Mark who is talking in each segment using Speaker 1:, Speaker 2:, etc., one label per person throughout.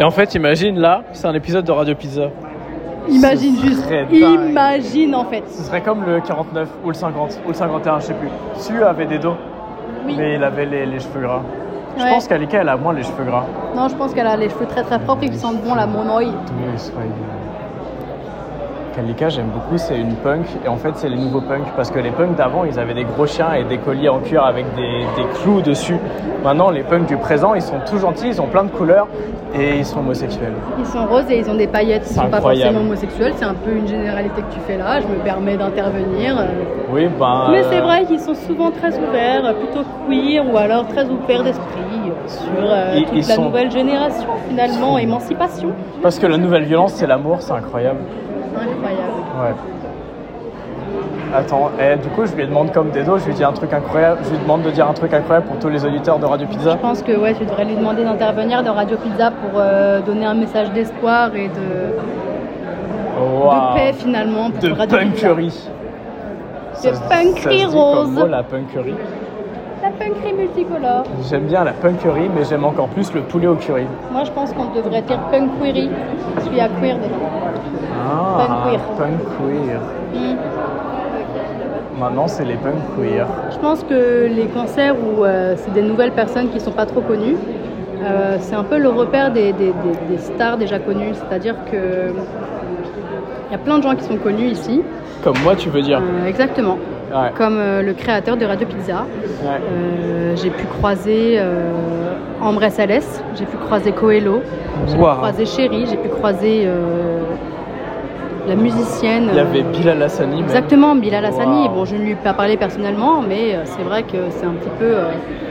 Speaker 1: Et en fait, imagine là, c'est un épisode de Radio Pizza.
Speaker 2: Imagine
Speaker 1: Ce
Speaker 2: juste.
Speaker 1: serait dingue.
Speaker 2: Imagine en fait.
Speaker 1: Ce serait comme le 49 ou le 50 ou le 51, je sais plus. Su avait des dos,
Speaker 2: Oui.
Speaker 1: mais il avait les, les cheveux gras. Je
Speaker 2: Ouais.
Speaker 1: pense qu'Alika, elle a moins les cheveux gras.
Speaker 2: Non, je pense qu'elle a les cheveux très très propres et qui sentent bon la monoï.
Speaker 1: Kalika, j'aime beaucoup, c'est une punk et en fait c'est les nouveaux punks parce que les punks d'avant ils avaient des gros chiens et des colliers en cuir avec des, des clous dessus. Maintenant les punks du présent ils sont tout gentils, ils ont plein de couleurs et ils sont homosexuels.
Speaker 2: Ils sont roses et ils ont des paillettes. Ils
Speaker 1: C'est
Speaker 2: sont pas
Speaker 1: incroyable.
Speaker 2: forcément homosexuels. C'est un peu une généralité que tu fais là. Je me permets d'intervenir. euh.
Speaker 1: Oui ben.
Speaker 2: Mais c'est vrai qu'ils sont souvent très ouverts, euh, plutôt queer ou alors très ouverts d'esprit euh, sur euh,
Speaker 1: Ils-
Speaker 2: toute
Speaker 1: ils
Speaker 2: la
Speaker 1: sont-
Speaker 2: nouvelle génération finalement, émancipation.
Speaker 1: Parce que la nouvelle violence c'est l'amour, c'est incroyable.
Speaker 2: Incroyable.
Speaker 1: Ouais. Attends, et du coup je lui demande comme des dos, je lui dis un truc incroyable, je lui demande de dire un truc incroyable pour tous les auditeurs de Radio
Speaker 2: Je
Speaker 1: Pizza.
Speaker 2: pense que ouais, tu devrais lui demander d'intervenir dans Radio Pizza pour euh, donner un message d'espoir et de,
Speaker 1: Waouh.
Speaker 2: de paix finalement pour
Speaker 1: de
Speaker 2: Radio Pizza.
Speaker 1: punkerie. Ça se-
Speaker 2: punkerie
Speaker 1: ça se dit comme
Speaker 2: rose.
Speaker 1: mot, la punkerie.
Speaker 2: La punkerie multicolore.
Speaker 1: J'aime bien la punkerie, mais j'aime encore plus le poulet au curry.
Speaker 2: Moi je pense qu'on devrait dire punkerie parce qu'il y a queer dedans.
Speaker 1: Ah,
Speaker 2: Punk queer.
Speaker 1: punk queer.
Speaker 2: Hmm.
Speaker 1: Maintenant, c'est les punk queer.
Speaker 2: Je pense que les concerts où euh, c'est des nouvelles personnes qui ne sont pas trop connues, euh, c'est un peu le repère des, des- des- des stars déjà connues. C'est-à-dire que il y a plein de gens qui sont connus ici.
Speaker 1: Comme moi, tu veux dire.
Speaker 2: Euh, exactement.
Speaker 1: Ouais.
Speaker 2: Comme euh, le créateur de Radio Pizza.
Speaker 1: ouais.
Speaker 2: Euh, j'ai pu croiser euh, Ambres Alès, j'ai pu croiser Coelho, j'ai
Speaker 1: Wow.
Speaker 2: pu croiser Chéri, j'ai pu croiser euh, la musicienne.
Speaker 1: Il y
Speaker 2: euh,
Speaker 1: avait Bilal Hassani. même.
Speaker 2: Exactement, Bilal Hassani.
Speaker 1: Wow.
Speaker 2: Bon, je ne lui ai pas parlé personnellement, mais euh, c'est vrai que c'est un petit peu euh,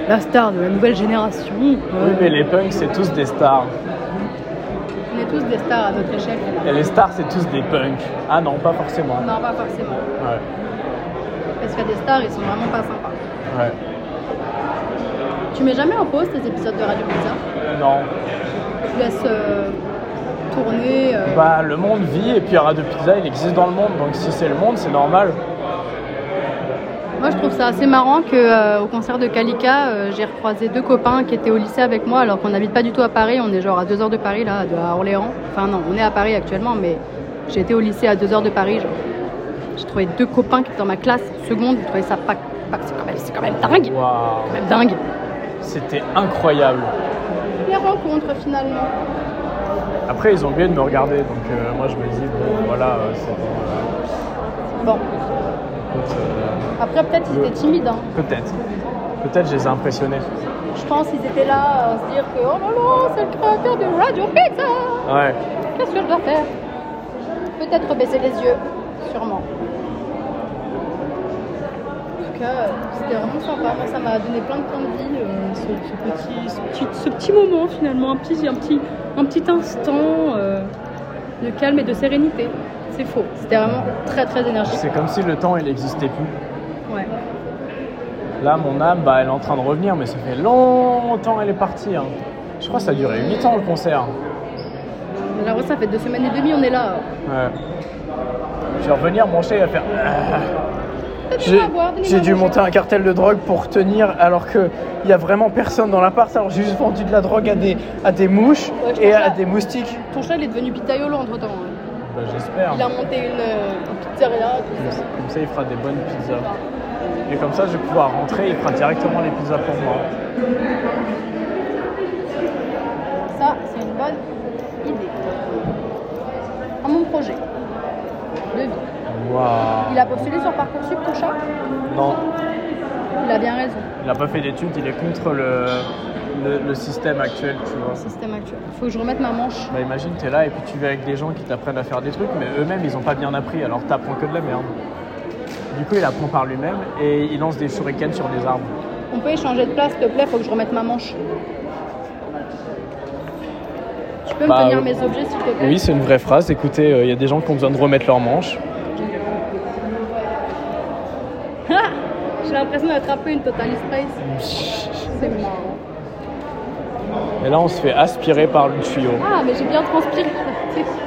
Speaker 2: la star de la nouvelle génération.
Speaker 1: Oui,
Speaker 2: Euh,
Speaker 1: mais les punks, c'est tous des stars.
Speaker 2: On est tous des stars à notre échelle.
Speaker 1: Et les stars, c'est tous des punks. Ah non, pas forcément.
Speaker 2: Non, pas forcément.
Speaker 1: Ouais.
Speaker 2: Parce qu'il y a des stars, ils sont vraiment pas sympas.
Speaker 1: Ouais.
Speaker 2: Tu mets jamais en pause tes épisodes de Radio Pizza
Speaker 1: Non.
Speaker 2: Tu laisses euh, tourner euh,
Speaker 1: Bah, le monde vit, et puis Radio Pizza, il existe dans le monde. Donc, si c'est le monde, c'est normal.
Speaker 2: Moi, je trouve ça assez marrant que euh, au concert de Calica, euh, j'ai recroisé deux copains qui étaient au lycée avec moi, alors qu'on n'habite pas du tout à Paris. On est genre à deux heures de Paris là, de, à Orléans. Enfin non, on est à Paris actuellement, mais j'étais au lycée à deux heures de Paris. genre. J'ai trouvé deux copains qui étaient dans ma classe seconde. J'ai trouvé ça pas, pas- c'est quand même, c'est quand même dingue,
Speaker 1: Waouh.
Speaker 2: quand même dingue.
Speaker 1: C'était incroyable.
Speaker 2: Les rencontres finalement.
Speaker 1: Après, ils ont oublié de me regarder, donc euh, moi je me dis, bon, voilà, euh, c'est bon.
Speaker 2: Bon,
Speaker 1: euh, écoute, euh,
Speaker 2: après peut-être ils étaient timides. hein.
Speaker 1: peut-être. Peut-être je les ai impressionnés.
Speaker 2: Je pense qu'ils étaient là à se dire que oh là là, c'est le créateur de Radio Pizza.
Speaker 1: Ouais.
Speaker 2: Qu'est-ce que je dois faire Peut-être baisser les yeux, sûrement. En tout cas, euh, c'était vraiment sympa. Moi, ça m'a donné plein de points de vie, euh, ce, ce petit, ce, petit, ce petit moment finalement, un petit, un petit, un petit instant euh, de calme et de sérénité. C'est faux. C'était vraiment très très énergique.
Speaker 1: C'est comme si le temps, il n'existait plus.
Speaker 2: Ouais.
Speaker 1: Là, mon âme, bah, elle est en train de revenir, mais ça fait longtemps elle est partie. hein. Je crois que ça a duré 8 ans le concert.
Speaker 2: Mais La Euh, ça fait deux semaines et demie, on est là.
Speaker 1: Ouais. Je vais revenir, mon chien va faire.
Speaker 2: Donnez-moi à boire, donnez-moi à manger.
Speaker 1: un cartel de drogue pour tenir alors que il y a vraiment personne dans l'appart. Alors j'ai juste vendu de la drogue à des, à des mouches
Speaker 2: Ouais, je pense ça.
Speaker 1: moustiques.
Speaker 2: Ton chat, il est devenu pitaïolo entre temps.
Speaker 1: Bah, j'espère.
Speaker 2: hein. Il a monté une, euh, une pizzeria, tout ça.
Speaker 1: Comme ça, il fera des bonnes pizzas. Et comme ça, je vais pouvoir rentrer, il fera directement les pizzas pour moi.
Speaker 2: Ça, c'est une bonne idée. À mon projet de vie. Il
Speaker 1: Waouh
Speaker 2: a postulé sur Parcoursup, ton chat
Speaker 1: Non,
Speaker 2: Il a bien raison,
Speaker 1: il n'a pas fait d'études, il est contre le, le, le système actuel, tu vois.
Speaker 2: le système actuel. Faut que je remette ma manche.
Speaker 1: Bah imagine, t'es là et puis tu vas avec des gens qui t'apprennent à faire des trucs, mais eux-mêmes, ils n'ont pas bien appris, alors t'apprends que de la merde. Du coup, il apprend par lui-même et il lance des shurikens sur des arbres.
Speaker 2: On peut échanger de place, s'il te plaît Faut que je remette ma manche. Tu peux
Speaker 1: Bah,
Speaker 2: me tenir
Speaker 1: oui.
Speaker 2: mes objets, s'il te plaît
Speaker 1: c'est une vraie phrase. Écoutez, euh, il y a des gens qui ont besoin de remettre leurs manches.
Speaker 2: Ah J'ai l'impression d'attraper une Total Space. C'est hein. marrant.
Speaker 1: Et là, on se fait aspirer par le tuyau.
Speaker 2: Ah, mais j'ai bien transpiré. C'est sympa.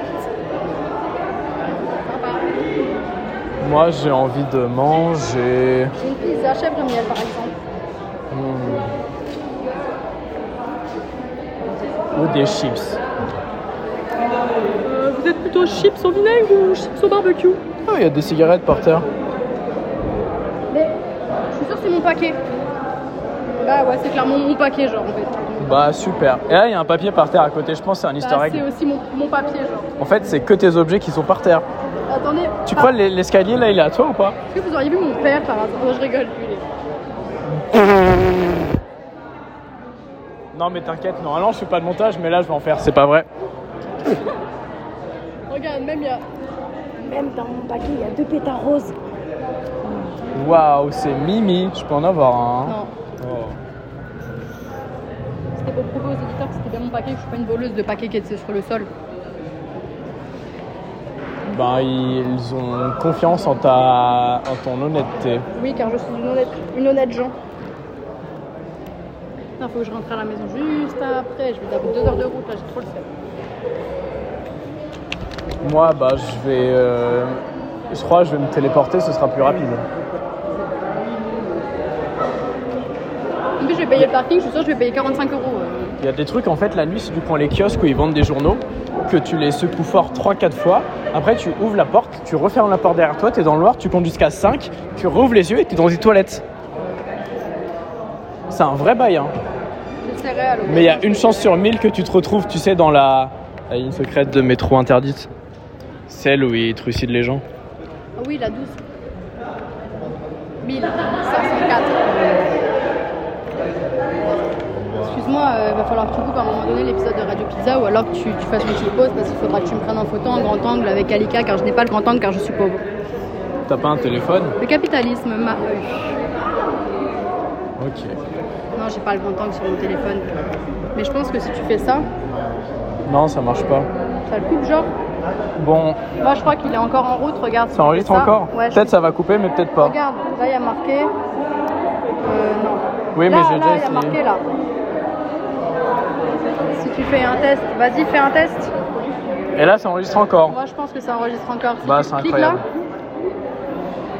Speaker 1: Moi, j'ai envie de
Speaker 2: J'ai
Speaker 1: manger.
Speaker 2: une pizza chèvre miel, par exemple.
Speaker 1: Hmm.
Speaker 2: C'est
Speaker 1: ou des chips
Speaker 2: Euh, vous êtes plutôt chips au vinaigre ou chips au barbecue
Speaker 1: Oh, il y a des cigarettes par terre.
Speaker 2: Mais je suis sûre que c'est mon paquet. Bah ouais, c'est clairement mon paquet, genre en fait.
Speaker 1: Bah super. Et là, il y a un papier par terre à côté, je pense que c'est un easter
Speaker 2: Bah, c'est
Speaker 1: egg.
Speaker 2: aussi mon, mon papier, genre.
Speaker 1: En fait, c'est que tes objets qui sont par terre.
Speaker 2: Attendez.
Speaker 1: Tu
Speaker 2: par-
Speaker 1: crois l'es- l'escalier là, il est à toi ou pas
Speaker 2: Est-ce que vous auriez vu mon père par hasard Non, je rigole, lui. il est-
Speaker 1: Non, mais t'inquiète, normalement, je fais pas de montage, mais là, je vais en faire, c'est pas vrai.
Speaker 2: Regarde, même il y a.
Speaker 3: Même dans mon paquet, il y a deux pétards roses.
Speaker 1: Waouh, c'est Mimi, je peux en avoir un.
Speaker 2: Non,
Speaker 1: Oh.
Speaker 2: c'était pour prouver aux éditeurs que c'était bien mon paquet, que je suis pas une voleuse de paquets qui est sur le sol.
Speaker 1: Bah, ils ont confiance en, ta... en ton honnêteté.
Speaker 2: Oui, car je suis une honnête, une honnête gens. Il faut que je rentre à la maison juste après. Je vais d'abord deux heures de route, là, j'ai trop le seum.
Speaker 1: Moi, bah, je vais. euh, Je crois que je vais me téléporter, ce sera plus rapide.
Speaker 2: En plus, je vais payer le parking, je suis sûre que je vais payer 45 euros. euh.
Speaker 1: Il y a des trucs, en fait, la nuit, si tu prends les kiosques où ils vendent des journaux, que tu les secoues fort 3-4 fois, après tu ouvres la porte, tu refermes la porte derrière toi, t'es dans le noir, tu comptes jusqu'à 5, tu rouvres les yeux et t'es dans les toilettes. C'est un vrai bail, hein.
Speaker 2: C'est le céréal.
Speaker 1: Mais il y a une chance sur 1000 que tu te retrouves, tu sais, dans la, la ligne secrète de métro interdite. Celle où ils trucident les gens.
Speaker 2: Ah oui, la 12. 1504. Excuse-moi, il va falloir que tu coupes à un moment donné l'épisode de Radio Pizza ou alors que tu, tu fasses une petite pause parce qu'il faudra que tu me prennes en photo en grand angle avec Alika car je n'ai pas le grand angle car je suis pauvre.
Speaker 1: T'as pas un téléphone
Speaker 2: Le capitalisme m'a. euh,
Speaker 1: Ok.
Speaker 2: Non, j'ai pas le grand angle sur mon téléphone. Mais je pense que si tu fais ça,
Speaker 1: Non, ça marche pas.
Speaker 2: ça le coupe genre.
Speaker 1: Bon,
Speaker 2: Moi je crois qu'il est encore en route, regarde. si
Speaker 1: ça
Speaker 2: tu
Speaker 1: enregistre
Speaker 2: fais
Speaker 1: encore
Speaker 2: Ouais, je-
Speaker 1: Peut-être ça va couper, mais peut-être pas.
Speaker 2: Regarde, là il y a marqué. Euh, non.
Speaker 1: Oui,
Speaker 2: là,
Speaker 1: mais j'ai
Speaker 2: là, il
Speaker 1: déjà
Speaker 2: y a
Speaker 1: essayé.
Speaker 2: marqué là. Si tu fais un test, vas-y, fais un test.
Speaker 1: Et là, ça enregistre encore.
Speaker 2: Moi, je pense que ça enregistre encore. Si
Speaker 1: Bah,
Speaker 2: tu
Speaker 1: c'est
Speaker 2: cliques
Speaker 1: incroyable.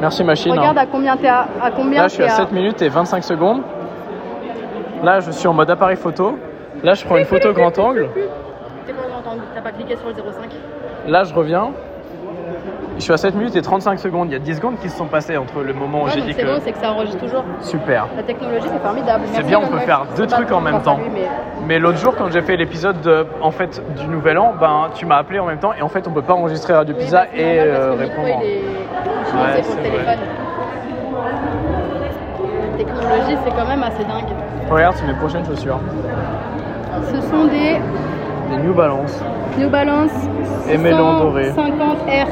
Speaker 1: Merci, machine. hein.
Speaker 2: là, regarde à combien t'es à, à combien
Speaker 1: Là, je suis
Speaker 2: t'es
Speaker 1: à 7 minutes et 25 secondes. Là, je suis en mode appareil photo. Là, je prends une photo grand angle.
Speaker 2: T'es pas entendu, t'as pas cliqué sur le 05.
Speaker 1: Là, je reviens. Je suis à 7 minutes et 35 secondes. Il y a 10 secondes qui se sont passées entre le moment où
Speaker 2: Ouais,
Speaker 1: j'ai
Speaker 2: donc
Speaker 1: dit
Speaker 2: c'est beau,
Speaker 1: que.
Speaker 2: c'est que ça enregistre toujours.
Speaker 1: Super.
Speaker 2: La technologie, c'est formidable.
Speaker 1: C'est
Speaker 2: Merci,
Speaker 1: bien, on
Speaker 2: Elon
Speaker 1: peut
Speaker 2: Musk.
Speaker 1: faire deux
Speaker 2: Je sais pas
Speaker 1: trucs
Speaker 2: trop
Speaker 1: en même
Speaker 2: grâce à
Speaker 1: temps.
Speaker 2: lui, mais
Speaker 1: Mais l'autre jour, quand j'ai fait l'épisode de- en fait, du Nouvel An, ben, tu m'as appelé en même temps et en fait, on peut pas enregistrer Radio
Speaker 2: oui,
Speaker 1: Pizza
Speaker 2: bah, c'est
Speaker 1: et
Speaker 2: normal,
Speaker 1: euh,
Speaker 2: parce que le micro,
Speaker 1: répondre.
Speaker 2: il est utilisé
Speaker 1: Ouais,
Speaker 2: pour le
Speaker 1: c'est vrai.
Speaker 2: téléphone. La technologie, c'est quand même assez dingue.
Speaker 1: Regarde, c'est mes prochaines chaussures.
Speaker 2: Ce sont des
Speaker 1: Des New Balance.
Speaker 2: New Balance
Speaker 1: Et mélange doré.
Speaker 2: 50R.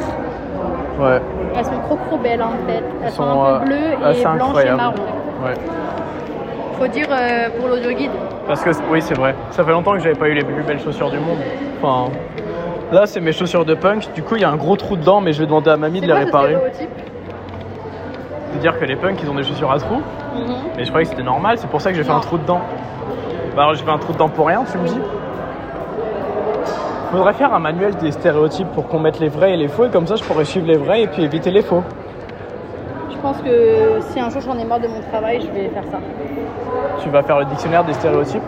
Speaker 1: Ouais.
Speaker 2: Elles sont trop trop belles en fait. Elles
Speaker 1: Elles
Speaker 2: sont,
Speaker 1: sont,
Speaker 2: un
Speaker 1: euh,
Speaker 2: peu bleues et
Speaker 1: assez
Speaker 2: blanches et
Speaker 1: incroyables.
Speaker 2: marron.
Speaker 1: Ouais.
Speaker 2: Faut dire euh, pour l'audio guide.
Speaker 1: Parce que oui, c'est vrai. Ça fait longtemps que j'avais pas eu les plus belles chaussures du monde. Enfin, là, c'est mes chaussures de punk. Du coup, il y a un gros trou dedans, mais je vais demander à mamie de les réparer. De dire que les punks, ils ont des chaussures à trous. Mais je croyais que c'était normal. C'est pour ça que j'ai fait
Speaker 2: Non.
Speaker 1: un trou dedans. Bah alors, j'ai fait un trou dedans pour rien, tu me dis Faudrait faire un manuel des stéréotypes pour qu'on mette les vrais et les faux, et comme ça, je pourrais suivre les vrais et puis éviter les faux.
Speaker 2: Je pense que si un jour j'en ai marre de mon travail, je vais faire ça.
Speaker 1: Tu vas faire le dictionnaire des stéréotypes.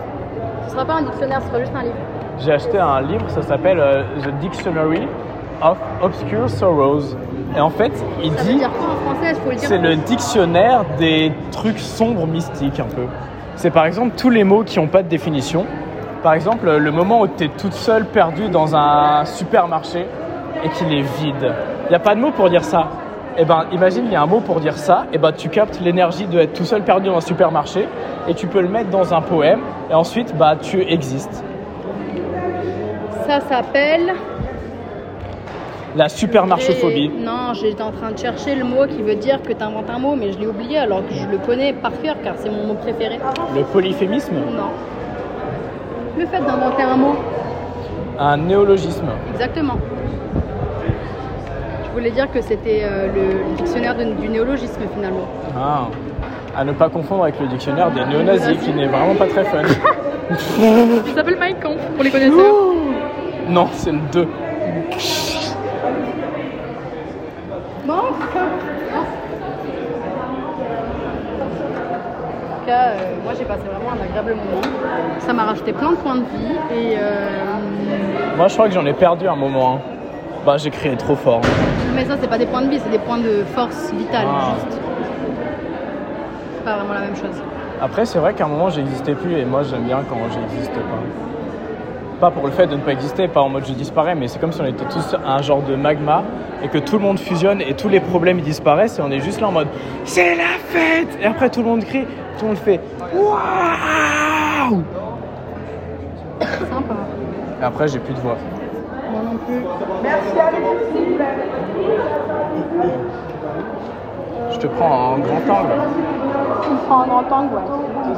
Speaker 2: Ce sera pas un dictionnaire, ce sera juste un livre.
Speaker 1: J'ai acheté un livre, ça s'appelle euh, The Dictionary of Obscure Sorrows. Et en fait, il
Speaker 2: Ça veut
Speaker 1: dit.
Speaker 2: dire quoi en français Faut le dire.
Speaker 1: C'est le dictionnaire des trucs sombres mystiques un peu. C'est par exemple tous les mots qui n'ont pas de définition. Par exemple, le moment où tu es toute seule perdue dans un supermarché et qu'il est vide. Il n'y a pas de mot pour dire ça. Eh ben, imagine, il y a un mot pour dire ça. Et ben, tu captes l'énergie de être tout seul perdu dans un supermarché et tu peux le mettre dans un poème. Et ensuite, bah, tu existes.
Speaker 2: Ça s'appelle.
Speaker 1: La supermarchophobie.
Speaker 2: J'ai- Non, j'étais en train de chercher le mot qui veut dire que t'inventes un mot, mais je l'ai oublié alors que je le connais par cœur car c'est mon mot préféré.
Speaker 1: Le polyphémisme.
Speaker 2: Non. Le fait d'inventer un mot.
Speaker 1: Un néologisme.
Speaker 2: Exactement. Je voulais dire que c'était euh, le, le dictionnaire de- du néologisme finalement.
Speaker 1: Ah. À ne pas confondre avec le dictionnaire des néo-nazis qui n'est vraiment pas très fun.
Speaker 2: Il s'appelle Mike hein, pour les connaisseurs.
Speaker 1: Non, c'est le 2.
Speaker 2: Bon. Ok. Kalika, euh, moi j'ai passé vraiment un agréable moment. Ça m'a rajouté plein de points de vie et euh,
Speaker 1: Moi, je crois que j'en ai perdu un moment. hein. Bah, j'ai crié trop fort.
Speaker 2: mais ça c'est pas des points de vie, c'est des points de force vitale
Speaker 1: Ah.
Speaker 2: juste. C'est pas vraiment la même chose.
Speaker 1: Après, c'est vrai qu'à un moment, j'existais plus et moi, j'aime bien quand j'existe pas. Pas pour le fait de ne pas exister, pas en mode je disparais, mais c'est comme si on était tous un genre de magma et que tout le monde fusionne et tous les problèmes ils disparaissent et on est juste là en mode c'est la fête Et après, tout le monde crie, tout le monde fait waouh
Speaker 2: Sympa.
Speaker 1: Et après, j'ai plus de voix.
Speaker 2: Moi non plus.
Speaker 1: Je te prends en grand angle.
Speaker 2: On prend en entendre, ouais.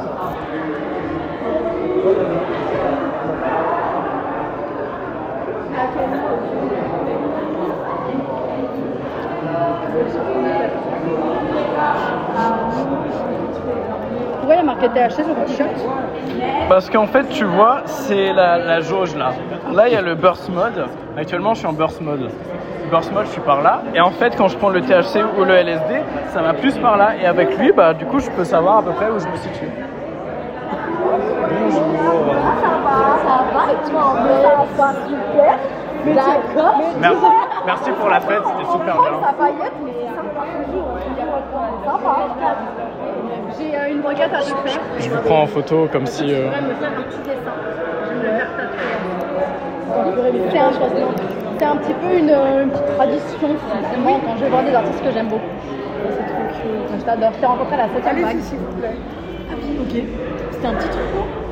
Speaker 2: Pourquoi il y a marqué THC sur ton t-shirt
Speaker 1: Parce qu'en fait, tu vois, c'est la, la jauge là. Là, il y a le burst mode. Actuellement, je suis en burst mode. Burst mode, je suis par là. Et en fait, quand je prends le THC ou le LSD, ça va plus par là. Et avec lui, bah, du coup, je peux savoir à peu près où je me situe.
Speaker 3: Ça va et toi Ça va super. D'accord.
Speaker 1: Merci, merci pour la fête, c'était super bien.
Speaker 3: va y être, mais c'est sympa. Ça va.
Speaker 2: J'ai euh, une brocante à te faire.
Speaker 1: Je vous prends en photo comme si. euh,
Speaker 2: Je vais me faire un petit dessin. Je vais me le faire tatouer. C'est un, c'est un petit peu une, euh, une petite tradition. C'est moi quand je vais voir des artistes que j'aime beaucoup. Et C'est trop cute. Je t'adore. Je t'ai rencontré à la 7ème vague. s'il vous plaît. Ah oui, ok. C'était un petit truc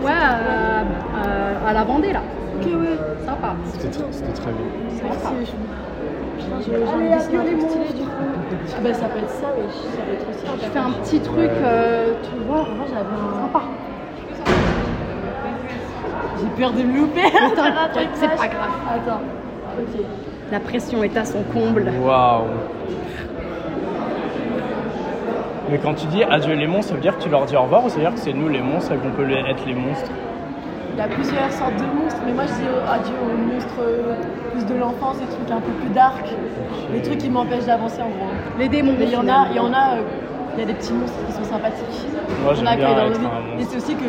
Speaker 2: Ouais, euh, euh, à la Vendée là. Ok, ouais. Sympa.
Speaker 1: C'était tr- c'était très bien.
Speaker 2: Sympa.
Speaker 4: Merci, je J'ai envie de dessiner un peu stylé du coup. Ah bah ça peut être ça, mais je- ça peut être aussi.
Speaker 2: Je fais un petit truc, euh, tu vois,
Speaker 4: Moi j'avais
Speaker 2: sympa.
Speaker 4: un... J'ai peur de me louper.
Speaker 2: hein, T'inquiète, c'est pas grave.
Speaker 4: Attends. Ok.
Speaker 2: La pression est à son comble.
Speaker 1: Waouh. Mais quand tu dis adieu les monstres, ça veut dire que tu leur dis au revoir ou ça veut dire que c'est nous les monstres et qu'on peut les- être les monstres
Speaker 4: Il y a plusieurs sortes de monstres, mais moi je dis euh, adieu aux monstres euh, plus de l'enfance, des trucs un peu plus dark. Les trucs qui m'empêchent d'avancer en gros.
Speaker 2: Les démons.
Speaker 4: Mais il y en a, il y en a, euh, il y a des petits monstres qui sont sympathiques.
Speaker 1: Moi,
Speaker 4: On
Speaker 1: j'aime
Speaker 4: accueille
Speaker 1: bien
Speaker 4: dans le
Speaker 1: être
Speaker 4: lit.
Speaker 1: un monstre.
Speaker 4: Et c'est aussi que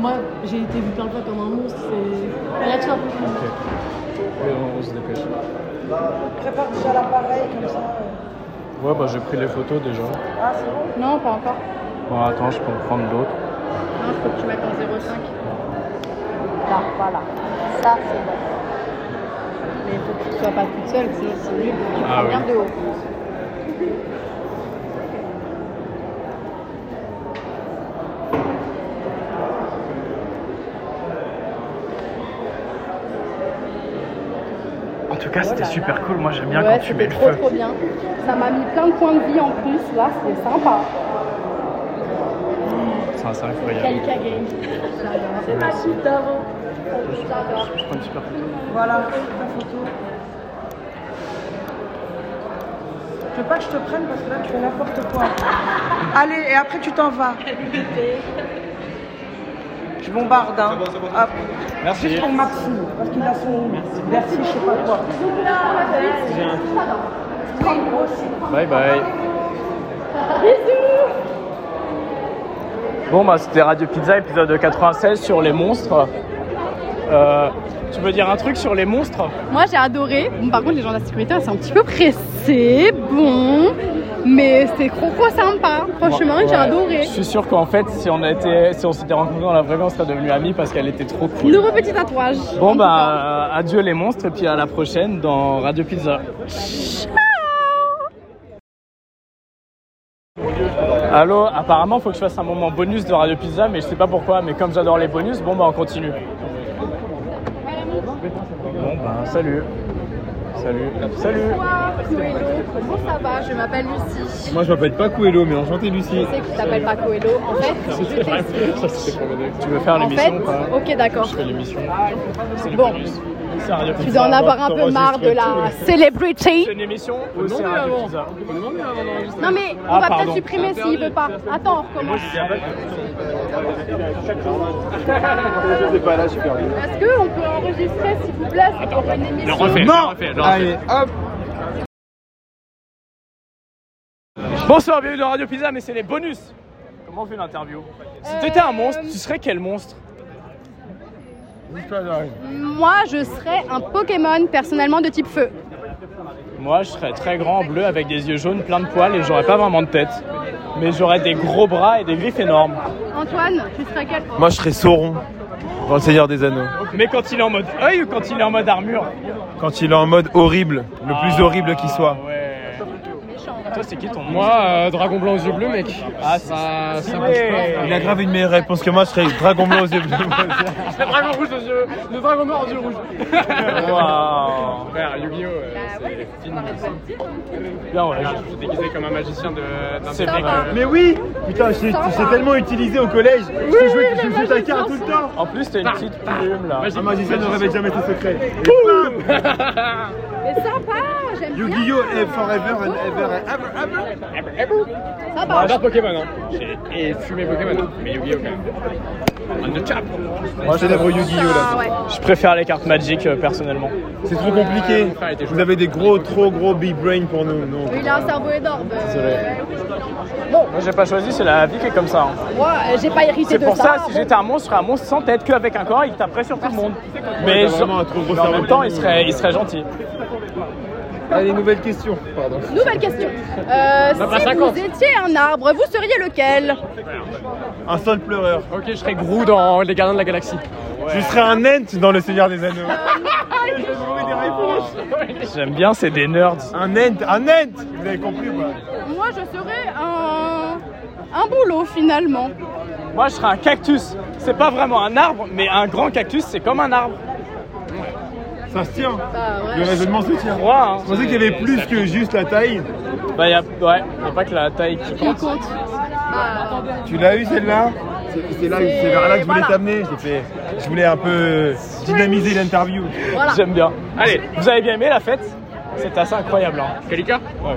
Speaker 4: moi j'ai été vue plein de fois comme un monstre. C'est. Mais là tu vois,
Speaker 1: Ok. Oui, on- on se dépêche.
Speaker 5: Prépare déjà l'appareil comme ça. euh.
Speaker 1: Ouais, bah j'ai pris les photos déjà.
Speaker 5: Ah, c'est bon
Speaker 2: Non, pas encore.
Speaker 1: Bon, attends, je peux en prendre d'autres.
Speaker 2: Non, je peux que tu mettes en 0,5.
Speaker 4: Là, voilà. Ça c'est
Speaker 2: Mais il faut que tu ne sois pas toute seule, sinon c'est nul. Tu
Speaker 1: Ah
Speaker 2: prends bien
Speaker 1: oui.
Speaker 2: de haut.
Speaker 1: En tout cas,
Speaker 5: Oh
Speaker 1: c'était super cool. Moi, j'aime bien
Speaker 2: ouais,
Speaker 1: quand tu mets
Speaker 2: c'était
Speaker 1: le
Speaker 2: trop
Speaker 1: feu.
Speaker 2: trop bien. Ça m'a mis plein de points de vie en plus, là, c'était sympa.
Speaker 1: Ah, Ça, c'est incroyable.
Speaker 2: Kalika Game.
Speaker 4: C'est pas si d'avant.
Speaker 1: Je prends une super photo.
Speaker 5: Voilà, la photo. Je veux pas que je te prenne parce que là tu fais n'importe quoi. Allez, et après tu t'en vas. Je bombarde, hein. Hop.
Speaker 1: Merci.
Speaker 5: Juste pour Maxime, parce qu'il a son. Merci, je sais pas quoi.
Speaker 1: Bye bye. Bon, bah, c'était Radio Pizza, épisode 96 sur les monstres. Euh, tu veux dire un truc sur les monstres
Speaker 2: Moi j'ai adoré. Bon, par contre, les gens de la sécurité, c'est un petit peu pressé, bon. Mais c'était trop trop sympa. Franchement,
Speaker 1: Ouais.
Speaker 2: j'ai adoré.
Speaker 1: Je suis sûr qu'en fait, si on, était, si on s'était rencontrés dans la vraie vie, on serait devenus amis parce qu'elle était trop cool.
Speaker 2: Nouveau petit tatouage. En
Speaker 1: Bon
Speaker 2: tout cas.
Speaker 1: bah euh, adieu les monstres et puis à la prochaine dans Radio Pizza. Allô, apparemment faut que je fasse un moment bonus de Radio Pizza mais je sais pas pourquoi mais comme j'adore les bonus, bon bah on continue. Bon bah salut. Salut. Salut.
Speaker 2: Bonsoir, Coelho. Comment ça va Je m'appelle Lucie.
Speaker 6: Moi je m'appelle pas Coelho, mais enchanté Lucie.
Speaker 2: Je sais que tu t'appelles pas Coelho. En fait, je t'explique.
Speaker 1: Tu veux faire
Speaker 2: En
Speaker 1: l'émission
Speaker 2: fait,
Speaker 1: ou pas
Speaker 2: ok d'accord.
Speaker 1: Je fais l'émission. C'est le
Speaker 2: Bon.
Speaker 1: bonus. C'est Radio
Speaker 2: Tu
Speaker 1: Pizza.
Speaker 2: dois en avoir un peu marre de la celebrity.
Speaker 1: C'est une émission ou c'est Radio Pizza
Speaker 2: Non mais on
Speaker 1: Ah,
Speaker 2: va
Speaker 1: pardon.
Speaker 2: peut-être supprimer s'il veut pas. Attends, on recommence. Est-ce qu'on peut enregistrer s'il vous plaît C'est pour une émission.
Speaker 6: Allez, hop
Speaker 1: Bonsoir, bienvenue dans Radio Pizza, mais c'est les bonus. Comment Comment on fait une interview
Speaker 2: Euh,
Speaker 1: Si t'étais un monstre, tu serais quel monstre
Speaker 2: Moi, je serais un Pokémon personnellement de type feu.
Speaker 1: Moi, je serais très grand, bleu, avec des yeux jaunes, plein de poils et j'aurais pas vraiment de tête. Mais j'aurais des gros bras et des griffes énormes.
Speaker 2: Antoine, tu serais quel
Speaker 7: Moi, je serais Sauron dans Le Seigneur des Anneaux.
Speaker 1: Mais quand il est en mode œil ou quand il est en mode armure
Speaker 7: Quand il est en mode horrible, le plus
Speaker 1: Ah,
Speaker 7: horrible qui soit.
Speaker 1: ouais. Toi, c'est qui ton monstre
Speaker 6: Moi, euh, dragon blanc aux yeux bleus, mec.
Speaker 1: Ah,
Speaker 6: ça,
Speaker 1: c'est
Speaker 6: ça bouge
Speaker 1: stylé.
Speaker 6: pas.
Speaker 7: Il a grave une meilleure réponse que moi, je serais dragon blanc aux yeux bleus.
Speaker 6: Le dragon rouge aux yeux, le dragon noir aux yeux rouges.
Speaker 1: Waouh.
Speaker 6: Frère, Yu-Gi-Oh! euh, c'est
Speaker 1: Bien, ouais.
Speaker 6: Je suis déguisé comme un magicien de. d'un
Speaker 1: C'est
Speaker 6: deck,
Speaker 1: vrai.
Speaker 6: euh,
Speaker 8: Mais oui Putain, je l'ai je l'ai tellement utilisé au collège Je te jouais, je jouais ta carte tout le temps
Speaker 1: En plus, t'as une petite plume là.
Speaker 8: Un magicien ne révèle jamais ses secrets
Speaker 2: Mais sympa, j'aime bien.
Speaker 8: Yu-Gi-Oh! est forever and ever and ever
Speaker 6: On adore Pokémon, hein. J'ai et fumé Pokémon, hein. mais Yu-Gi-Oh! quand même. On the chap!
Speaker 1: Moi, je,
Speaker 8: Célèbre Yu-Gi-Oh!
Speaker 2: Ah,
Speaker 8: là
Speaker 2: ouais.
Speaker 1: je préfère les cartes Magic euh, personnellement.
Speaker 8: C'est trop compliqué Vous avez des gros, trop gros big brain pour nous, non
Speaker 2: Il a un cerveau énorme. euh,
Speaker 1: Bon, moi j'ai pas choisi, c'est la vie qui est comme ça. hein.
Speaker 2: Moi, euh, j'ai pas hérité
Speaker 1: C'est
Speaker 2: de
Speaker 1: pour ça,
Speaker 2: ça.
Speaker 1: si j'étais un monstre, je serais un monstre sans tête qu'avec un corps, il taperait sur tout le monde. Mais,
Speaker 8: t'as
Speaker 1: sur-
Speaker 8: vraiment un trop gros
Speaker 1: mais en même
Speaker 8: cerveau.
Speaker 1: temps, il serait, il serait gentil.
Speaker 8: Allez, nouvelle question, pardon.
Speaker 2: Nouvelle question. Euh, si vous étiez un arbre, vous seriez lequel
Speaker 8: Un seul pleureur.
Speaker 6: Ok, je serais Grou dans Les Gardiens de la Galaxie.
Speaker 7: Je serais un Ent dans Le Seigneur des Anneaux.
Speaker 1: J'aime bien, c'est des nerds.
Speaker 7: Un Ent, un Ent Vous avez compris ou pas
Speaker 2: Moi, je serais un. Un boulot finalement.
Speaker 1: Moi, je serais un cactus. C'est pas vraiment un arbre, mais un grand cactus, c'est comme un arbre.
Speaker 8: Ça se tient
Speaker 2: Bah ouais.
Speaker 8: Le raisonnement se tient.
Speaker 1: Roi, hein.
Speaker 8: Je pensais qu'il y avait plus que juste la taille.
Speaker 1: Bah, y a, ouais, y a pas que la taille qui
Speaker 2: Qui
Speaker 1: compte.
Speaker 2: compte Bah,
Speaker 7: Tu l'as eu celle-là
Speaker 8: C'est là, c'est vers là que je voulais
Speaker 2: Voilà.
Speaker 8: t'amener. J'ai fait-
Speaker 7: Je voulais un peu dynamiser l'interview.
Speaker 2: voilà.
Speaker 1: J'aime bien.
Speaker 6: Allez.
Speaker 1: vous avez bien aimé la fête C'était assez incroyable. hein.
Speaker 6: Kalika? Ouais.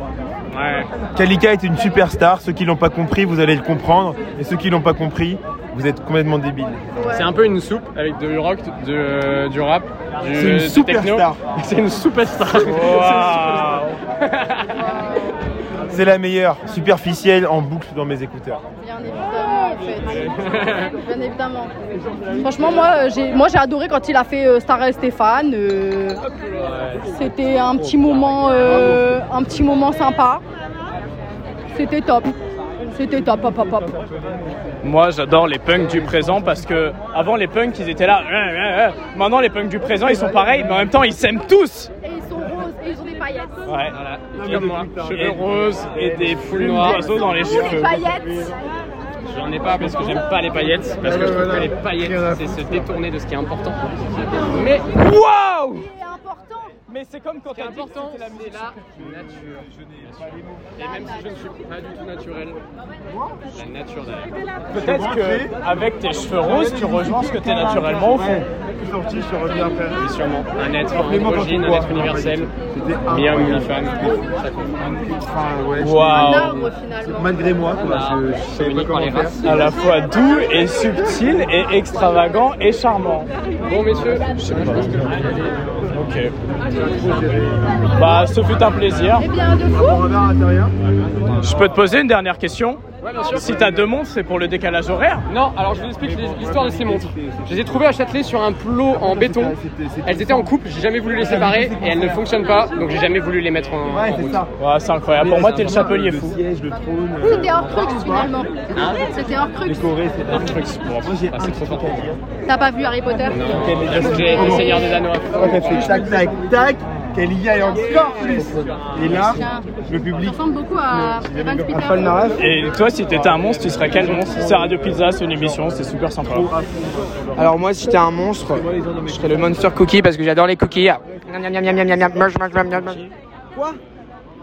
Speaker 6: Ouais.
Speaker 7: Kalika est une superstar. Ceux qui l'ont pas compris, vous allez le comprendre. Et ceux qui l'ont pas compris, vous êtes complètement débiles.
Speaker 6: C'est un peu une soupe avec du rock, euh, du, du rap, du,
Speaker 7: C'est une
Speaker 6: du
Speaker 7: superstar.
Speaker 6: techno. C'est une superstar. C'est une superstar.
Speaker 7: C'est la meilleure, superficielle, en boucle dans mes écouteurs.
Speaker 2: Bien évidemment, en fait. Bien évidemment. Franchement, moi, euh, j'ai, moi, j'ai adoré quand il a fait euh, Star et Stéphane. euh, c'était un petit moment, euh, un petit moment sympa. C'était top. C'était top, hop, hop, hop.
Speaker 1: Moi, j'adore les punks du présent parce que avant les punks, ils étaient là. euh, euh, euh. Maintenant, les punks du présent, ils sont pareils, mais en même temps, ils s'aiment tous.
Speaker 2: Et ils sont roses et ils ont des paillettes.
Speaker 1: Ouais.
Speaker 6: Voilà. Comme moi,
Speaker 1: Et-
Speaker 6: cheveux roses
Speaker 1: et des plumes
Speaker 6: noirs.
Speaker 1: d'oiseaux dans les
Speaker 2: Des
Speaker 1: cheveux.
Speaker 2: paillettes.
Speaker 6: J'en ai pas parce que j'aime pas les paillettes. Parce que je trouve que les paillettes, c'est se détourner de ce qui est important. Mais
Speaker 1: Waouh
Speaker 2: C'est important.
Speaker 1: Mais c'est comme quand
Speaker 6: ce qui est
Speaker 1: t'as dit que
Speaker 6: important,
Speaker 1: c'était la
Speaker 6: c'est
Speaker 1: musique.
Speaker 6: la nature. Et même si je ne suis pas du tout naturel, la nature derrière.
Speaker 1: Peut-être que avec tes cheveux roses, tu rejoins ce que t'es naturellement au fond.
Speaker 8: Je suis sorti, je suis revenu après.
Speaker 6: Mais sûrement. Un être
Speaker 8: Rappelez-moi quand
Speaker 6: androgyne,
Speaker 8: on
Speaker 6: un
Speaker 8: voit.
Speaker 6: être universel.
Speaker 8: C'était incroyable.
Speaker 6: Mi-homme, mi-femme. Ça compte.
Speaker 8: Enfin, ouais, je-
Speaker 2: Un
Speaker 1: Waouh
Speaker 2: arbre finalement.
Speaker 8: Malgré moi, quoi, je, je savais pas
Speaker 6: Communique par les
Speaker 8: comment faire.
Speaker 6: races.
Speaker 1: À la fois doux et subtil et extravagant et charmant.
Speaker 6: Bon, messieurs, je sais pas, je pense que je vais y aller.
Speaker 1: Ok. Bah, ce fut un plaisir.
Speaker 2: Eh bien, de fou.
Speaker 8: Robert intérieur.
Speaker 1: Je peux te poser une dernière question
Speaker 6: Ouais, bien sûr.
Speaker 1: Si t'as deux montres, c'est pour le décalage horaire
Speaker 6: Non, alors je vous explique l'histoire de ces montres. Je les ai trouvées à Châtelet sur un plot en béton. Elles étaient en couple, j'ai jamais voulu les séparer et elles ne fonctionnent pas, donc j'ai jamais voulu les mettre en, en
Speaker 8: Ouais, c'est
Speaker 6: route.
Speaker 8: ça.
Speaker 1: Ouais, c'est incroyable. Pour moi, t'es le chapelier
Speaker 8: Le
Speaker 1: fou.
Speaker 8: siège, le trône. euh,
Speaker 2: C'était un crux finalement. C'était un crux.
Speaker 8: Décoré, c'est
Speaker 6: Un truc, c'est bon, ah, c'est trop fort.
Speaker 2: T'as pas vu Harry Potter
Speaker 6: J'ai le Seigneur des Anneaux. à fond.
Speaker 8: Quand elle fait tac, tac, tac, qu'elle y aille encore plus. Et là, le
Speaker 2: Ça
Speaker 8: public.
Speaker 2: ressemble beaucoup à Evan Spitter.
Speaker 1: Et toi, si t'étais un monstre, tu serais quel monstre C'est Radio Pizza, c'est une émission, c'est super sympa. Ah,
Speaker 9: Alors moi, si j'étais un monstre, je serais le monster cookie parce que j'adore les cookies. Ah. Miam, miam, miam, miam, miam, miam, miam, murge, murge, murge, murge. Quoi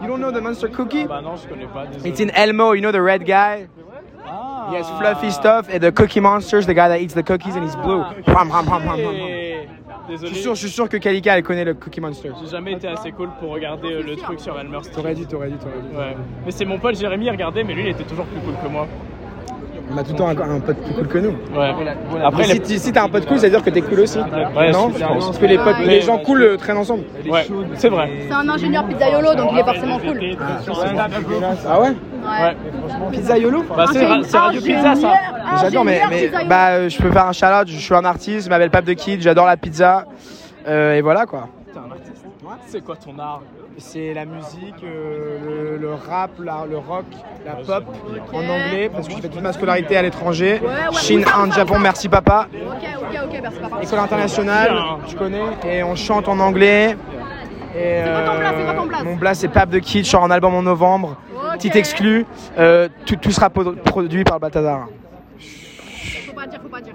Speaker 9: You don't know the monster cookie
Speaker 1: Bah non, je connais pas.
Speaker 9: It's in Elmo, you know the red guy
Speaker 1: Ah.
Speaker 9: He has fluffy stuff and the cookie monster's the guy that eats the cookies and he's blue. Ram, ram, ram, ram, ram, ram. Je suis
Speaker 1: Désolé,
Speaker 9: sûr, je suis sûr que Kalika, elle connaît le cookie monster.
Speaker 1: j'ai jamais été assez cool pour regarder euh, le truc sur Elmer Street.
Speaker 9: T'aurais dû, t'aurais dû, t'aurais dû.
Speaker 1: Ouais. Mais c'est mon pote Jérémy, regardez, mais lui, il était toujours plus cool que moi.
Speaker 9: On a tout le temps un, un pote plus cool que nous.
Speaker 1: Ouais.
Speaker 9: Après,
Speaker 1: Après,
Speaker 9: si,
Speaker 1: les...
Speaker 9: t- si t'as un pote cool, ça veut dire que t'es cool aussi.
Speaker 1: Ouais,
Speaker 9: non
Speaker 1: je pense.
Speaker 9: Parce que les, potes,
Speaker 2: Ouais.
Speaker 9: les gens cool euh, traînent ensemble.
Speaker 1: ouais, c'est vrai.
Speaker 2: C'est un ingénieur pizzaiolo, donc il est forcément cool. Ouais.
Speaker 9: Ah ouais
Speaker 2: Pizzaiolo.
Speaker 1: Bah,
Speaker 2: Ah,
Speaker 1: c'est ra- c'est Radio Pizza, ça.
Speaker 9: J'adore, mais, mais bah, euh, je peux faire un shout Je suis un artiste, je m'appelle Pape de Kid, j'adore la pizza. Euh, et voilà quoi.
Speaker 1: C'est quoi ton art
Speaker 9: C'est la musique, euh, le, le rap, la- le rock, la pop en anglais, parce que j'ai fait toute ma scolarité à l'étranger.
Speaker 2: Ouais, ouais.
Speaker 9: Chine, Inde, Japon, merci papa.
Speaker 2: Ok, ok, ok, bah, merci papa.
Speaker 9: École internationale, tu connais, et on chante en anglais. Et
Speaker 2: quoi ton blast,
Speaker 9: euh,
Speaker 2: c'est quoi ton blast
Speaker 9: mon blast c'est Pape de Kid, je sors un album en novembre.
Speaker 2: Ok.
Speaker 9: Petite exclue, euh, tout, tout sera pod- produit par le Batazar.
Speaker 2: Faut pas dire, faut pas dire.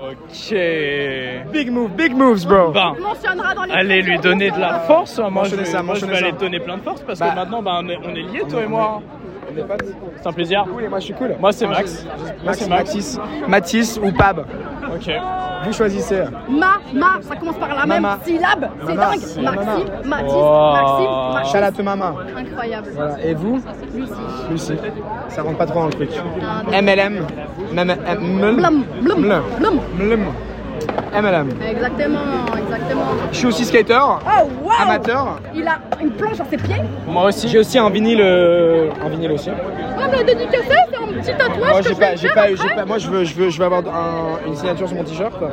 Speaker 1: Ok.
Speaker 9: Big move, big moves bro.
Speaker 1: Ben,
Speaker 2: On mentionnera dans les.
Speaker 1: allez lui donner de
Speaker 9: Bah,
Speaker 1: la force. hein. Moi, je
Speaker 9: Mentionnez
Speaker 1: vais,
Speaker 9: ça,
Speaker 1: moi, je vais
Speaker 9: mentionnez
Speaker 1: aller
Speaker 9: ça.
Speaker 1: te donner plein de force parce
Speaker 9: Bah.
Speaker 1: que maintenant, bah, on, est, on est liés, toi et moi.
Speaker 9: On est potes.
Speaker 1: C'est un plaisir.
Speaker 9: Cool, et moi je suis cool.
Speaker 1: Moi, c'est Max. Moi,
Speaker 9: Max,
Speaker 1: c'est Max.
Speaker 9: Mathis, Mathis ou Pab,
Speaker 1: Ok.
Speaker 9: vous choisissez.
Speaker 2: Ma, ma, ça commence par la
Speaker 9: Mama.
Speaker 2: même syllabe. C'est
Speaker 9: Mama.
Speaker 2: dingue.
Speaker 9: C'est
Speaker 2: Maxime,
Speaker 9: Mama.
Speaker 2: Mathis,
Speaker 1: Oh.
Speaker 2: Maxime,
Speaker 9: Shout out
Speaker 2: Maxime.
Speaker 9: to Mama.
Speaker 2: Incroyable.
Speaker 9: Voilà. Et vous
Speaker 2: Lucie.
Speaker 9: Lucie. Ça rentre pas trop dans le truc.
Speaker 2: Ah, d'accord.
Speaker 9: MLM. Même-
Speaker 2: Blum,
Speaker 9: MLM.
Speaker 2: blum,
Speaker 9: Blum.
Speaker 2: blum.
Speaker 9: MLM. MLM.
Speaker 2: Exactement, exactement.
Speaker 9: Je suis aussi skater,
Speaker 1: Ah,
Speaker 2: Oh wow
Speaker 9: amateur.
Speaker 2: Il a une planche à ses pieds.
Speaker 1: Moi aussi.
Speaker 9: J'ai aussi un vinyle, euh, un vinyle aussi.
Speaker 2: Ouais, Ah, mais dédicacé, c'est un petit tatouage
Speaker 9: Moi,
Speaker 2: que
Speaker 9: j'ai
Speaker 2: je vais
Speaker 9: pas,
Speaker 2: te
Speaker 9: j'ai
Speaker 2: faire
Speaker 9: pas,
Speaker 2: après.
Speaker 9: j'ai pas- moi, je veux, je veux, je veux avoir un- une signature sur mon t-shirt. quoi.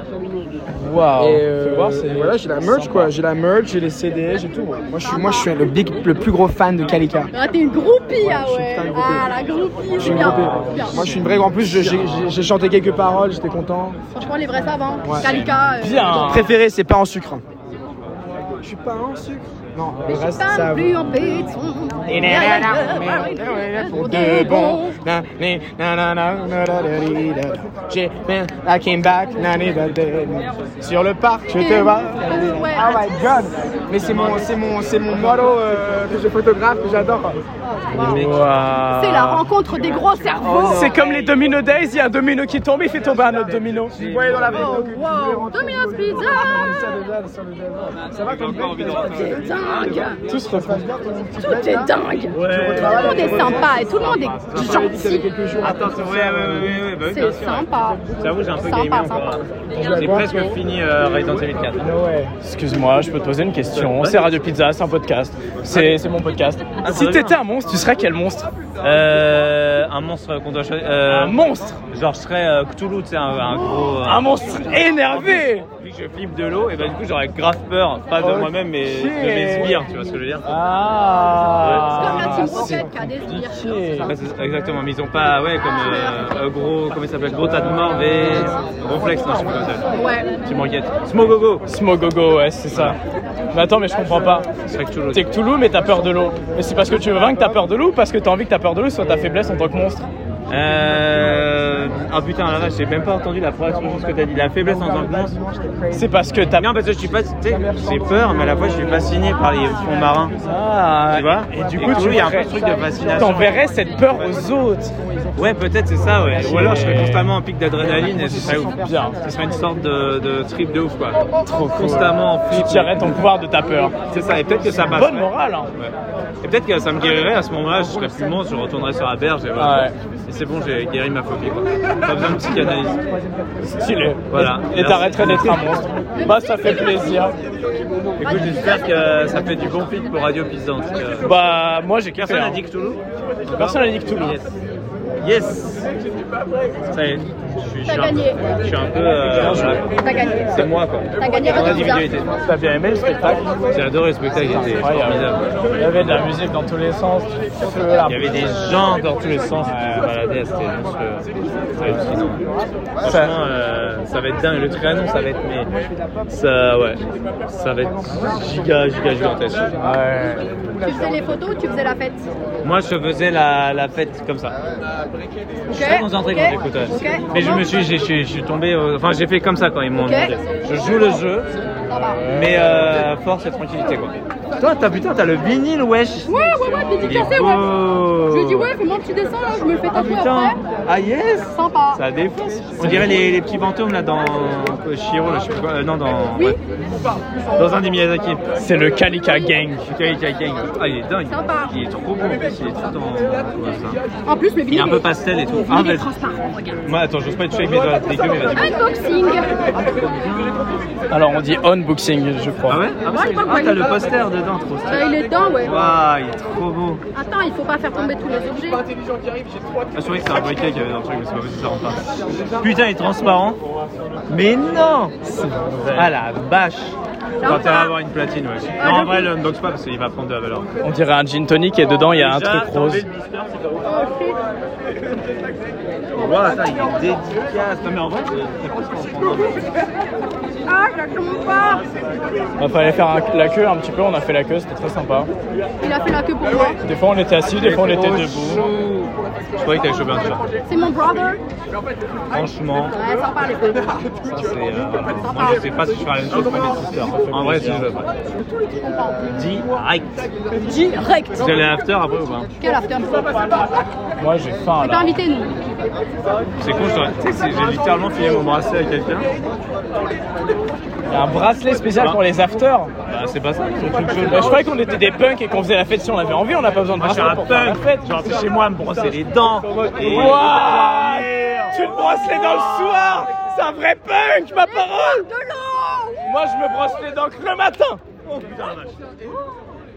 Speaker 1: Waouh.
Speaker 9: Et euh,
Speaker 1: Ah, Fais voir, c'est-
Speaker 9: voilà, j'ai la merch,
Speaker 1: sympa.
Speaker 9: quoi. J'ai la merch, j'ai les CD, j'ai tout. ouais. Moi, je suis, moi, je suis le big, le plus gros fan de Kalika.
Speaker 2: Ah, t'es une groupie, ah
Speaker 9: je suis
Speaker 2: ouais.
Speaker 9: putain de groupie.
Speaker 2: Ah, la groupie, c'est
Speaker 9: J'ai
Speaker 2: bien.
Speaker 9: groupé.
Speaker 2: c'est bien.
Speaker 9: Moi, je suis une vraie. En plus, je- j'ai j'ai- j'ai chanté quelques paroles, j'étais content.
Speaker 2: Franchement, les vrais savants. Kalika. euh,
Speaker 1: Bien.
Speaker 9: Préféré, c'est pas en sucre. Je suis pas en sucre. Non, le
Speaker 2: Je
Speaker 9: reste,
Speaker 2: suis pas
Speaker 9: ça. Ah
Speaker 2: plus en paix de son.
Speaker 9: Pour de bon. Na, ni, na, na, na, na, da, da, di, da. J'ai been- I came back. na, ni, da, da, ni. Sur le parc, je te vois.
Speaker 2: Ouais.
Speaker 9: Oh my god! Mais c'est mon, c'est mon, c'est mon motto euh, que je photographe, que j'adore.
Speaker 1: Waouh.
Speaker 2: C'est la rencontre des gros
Speaker 9: Oh,
Speaker 2: cerveaux.
Speaker 1: C'est comme les domino days, il y a un domino qui tombe, il fait tomber un autre domino.
Speaker 9: Ouais, dans la vidéo
Speaker 2: Oh,
Speaker 9: que tu voulais
Speaker 2: wow.
Speaker 9: rentrer.
Speaker 2: Domino's Pizza.
Speaker 9: Sur le jazz, sur le jazz. Ça va comme
Speaker 2: C'est dingue.
Speaker 9: Tout se repasse bien, ton petit
Speaker 2: Tout est dingue. Tout le monde est sympa et tout le monde est gentil.
Speaker 8: Attention, ouais, ouais, ouais, ouais, bah oui, bien
Speaker 2: C'est
Speaker 8: sûr.
Speaker 2: sympa.
Speaker 8: J'avoue, j'ai un peu gamé
Speaker 2: Sympa,
Speaker 8: encore.
Speaker 2: sympa.
Speaker 8: J'ai presque fini euh, Resident Evil 4.
Speaker 9: Ouais.
Speaker 1: Excuse-moi, je peux te poser une question. C'est Radio Pizza, c'est un podcast.
Speaker 8: Ah
Speaker 1: C'est c'est mon podcast. Si t'étais un monstre, tu serais quel monstre
Speaker 8: Euh, un monstre qu'on doit choisir. euh,
Speaker 1: Un monstre
Speaker 8: Genre, je serais euh, Cthulhu, tu sais, un, un gros. euh, Ah,
Speaker 1: Un monstre énervé Oh,
Speaker 8: Vu que je flippe de l'eau, et bah du coup, j'aurais grave peur, pas de moi-même, mais de mes sbires, tu vois ce que je veux dire
Speaker 2: Comme la
Speaker 1: Ah
Speaker 2: Team Rocket qui a des sbires.
Speaker 8: Ouais, c'est- Exactement, mais ils ont pas, ouais, comme euh, euh, gros, comment il s'appelle, gros tas de morts, et Reflex, non, je sais pas comment ça s'appelle.
Speaker 2: Ouais.
Speaker 8: Tu m'enquêtes. Smogogo
Speaker 1: Smogogo, ouais, c'est ça. Mais attends, mais je comprends pas.
Speaker 8: Je serais Cthulhu.
Speaker 1: T'es Cthulhu, mais t'as peur de l'eau. Mais c'est parce que tu veux vaincre que t'as peur de l'eau ou parce que t'as envie que ta peur de l'eau soit ta faiblesse en tant que monstre
Speaker 8: Euh. Ah putain, la vache, j'ai même pas entendu la première chose que t'as dit. La faiblesse en tant que monstre.
Speaker 1: C'est parce que t'as
Speaker 8: Non, parce que je suis pas. tu sais, J'ai peur, mais à la fois, je suis fasciné par les fonds marins.
Speaker 1: Ah,
Speaker 8: Tu vois
Speaker 1: Et du coup, tu
Speaker 8: il y a un peu
Speaker 1: ferais-
Speaker 8: ce truc de fascination.
Speaker 1: T'enverrais cette peur aux autres.
Speaker 8: Ouais, peut-être c'est ça, ouais. Ou alors je serais constamment en pic d'adrénaline et ce serait ouf.
Speaker 1: Bien.
Speaker 8: Ce serait une sorte de, de trip de ouf, quoi. Trop constamment en
Speaker 1: Tu
Speaker 8: flip.
Speaker 1: tirerais ton pouvoir de ta peur.
Speaker 8: C'est ça, et peut-être que ça passe.
Speaker 1: Bonne morale, hein.
Speaker 8: Et peut-être que ça me guérirait à ce moment-là, je serais plus monstre, je retournerais sur la berge et voilà.
Speaker 1: Ouais.
Speaker 8: Ah Et c'est bon, j'ai guéri ma phobie, quoi. Pas besoin de psychanalyse.
Speaker 1: Stylé.
Speaker 8: Voilà.
Speaker 1: Et t'arrêterais d'être un monstre. Bah, ça fait plaisir.
Speaker 8: Écoute, j'espère que ça fait du bon feed pour Radio Pizza en tout cas.
Speaker 1: Bah, moi j'ai kiffé.
Speaker 8: Personne
Speaker 1: hein.
Speaker 8: n'a dit Cthulhu
Speaker 1: Personne n'a dit Cthulhu.
Speaker 8: Yes. Yes Ça y est, je suis, je suis
Speaker 2: T'as
Speaker 8: un peu.
Speaker 2: gagné.
Speaker 8: Je suis un peu. euh, voilà.
Speaker 2: T'as gagné.
Speaker 8: C'est moi, quoi.
Speaker 2: T'as gagné
Speaker 8: Mon
Speaker 2: Radio Pizza.
Speaker 8: individualité.
Speaker 1: T'as bien aimé le spectacle
Speaker 8: J'ai adoré le spectacle, il était formidable.
Speaker 1: Il y avait de la musique dans tous les sens. du feu, la
Speaker 8: Il y avait des gens dans tous les sens qui se baladaient, c'était juste, euh, c'était hallucinant. Franchement, euh, ça va être dingue, le trianon, ça va être mais ça, ouais, ça va être giga, giga gigantesque.
Speaker 1: Ouais.
Speaker 2: Tu faisais les photos ou tu faisais la fête
Speaker 8: Moi, je faisais la, la fête comme ça.
Speaker 2: Je
Speaker 8: Très concentré quand j'écoutais. Mais je me suis, j'ai- je suis, je suis tombé, euh, enfin, j'ai fait comme ça quand ils m'ont
Speaker 2: Ok.
Speaker 8: demandé. Je joue le jeu, mais euh, force et tranquillité, quoi. Toi, t'as putain, t'as le vinyle, wesh.
Speaker 2: Ouais, ouais, ouais, dédicacé,
Speaker 8: Il est
Speaker 2: ouais.
Speaker 8: beau.
Speaker 2: Je lui ai dit, ouais, fais-moi un petit dessin, là, je me le fais tatouer
Speaker 8: Putain.
Speaker 2: après.
Speaker 8: Ah yes.
Speaker 2: Sympa.
Speaker 8: Ça défonce. On dirait les, les petits fantômes là dans Shiro, là, je sais pas quoi. euh, non, dans.
Speaker 2: Oui.
Speaker 8: ouais. Dans un des Miyazaki.
Speaker 1: C'est le Kalika Gang.
Speaker 8: Putain, il est- il est- Ah, il est dingue.
Speaker 2: Sympa.
Speaker 8: Il est trop beau. Il est tout en. ouais, ça.
Speaker 2: En plus, le
Speaker 8: Il est
Speaker 2: vinyle
Speaker 8: un peu pastel et tout. Ah,
Speaker 2: Il est
Speaker 8: vas-y.
Speaker 2: transparent, regarde.
Speaker 8: Moi, attends, j'ose pas être touché avec mes doigts. dégueu, mais vas-y.
Speaker 2: Unboxing.
Speaker 1: Alors on dit unboxing, je crois.
Speaker 8: Ah ouais Ah, bah, ah, t'as le poster dedans, trop stylé.
Speaker 2: Là, Euh, il est dedans, ouais.
Speaker 8: Waouh, il est trop beau.
Speaker 2: Attends, il faut pas faire tomber tous les objets.
Speaker 8: Ah, je croyais que c'était un briquet qui avait dans le truc, mais c'est pas possible, ça rentre pas. Putain, il est transparent. Mais non Ah la bâche Quand t'as à avoir une platine, ouais. Non, en vrai, le unbox pas parce qu'il va prendre de la valeur.
Speaker 1: On dirait un gin tonic et dedans il y a un truc rose.
Speaker 8: Waouh, attends, Oh, il est dédicace. Non, mais en vrai,
Speaker 1: Il Bah, fallait faire un- la queue un petit peu, on a fait la queue, c'était très sympa.
Speaker 2: Il a fait la queue pour moi.
Speaker 1: Des fois on était assis, des fois on était debout.
Speaker 8: Je croyais que t'avais chopé un t-shirt.
Speaker 2: C'est mon brother.
Speaker 8: Franchement,
Speaker 2: Ouais, sympa, les deux.
Speaker 8: ça c'est. euh, Moi, je sais pas si je ferais la même chose pour mes sisters. En vrai, si je le ferais. Direct.
Speaker 2: Direct.
Speaker 8: Vous allez à after après ou pas
Speaker 2: Quel after
Speaker 1: Moi j'ai faim
Speaker 2: On t'a
Speaker 1: là.
Speaker 2: invité, nous.
Speaker 8: C'est con, je t'aurais- tu sais, c'est- j'ai littéralement filé mon bracelet à quelqu'un.
Speaker 1: Il y a un bracelet spécial pour les afters.
Speaker 8: Bah, c'est pas ça, ton truc jaune.
Speaker 1: Bah, je croyais qu'on était des punks et qu'on faisait la fête si on avait envie, on n'a pas besoin de
Speaker 8: Moi, je suis
Speaker 1: bracelet
Speaker 8: Ah, un
Speaker 1: pour faire la fête.
Speaker 8: punk. Genre, c'est chez moi à me brosser les dents. Et...
Speaker 1: Ouah Tu te brosses les dents le soir C'est un vrai punk, ma parole Moi, je me brosse les dents que le matin
Speaker 8: Oh putain, la vache.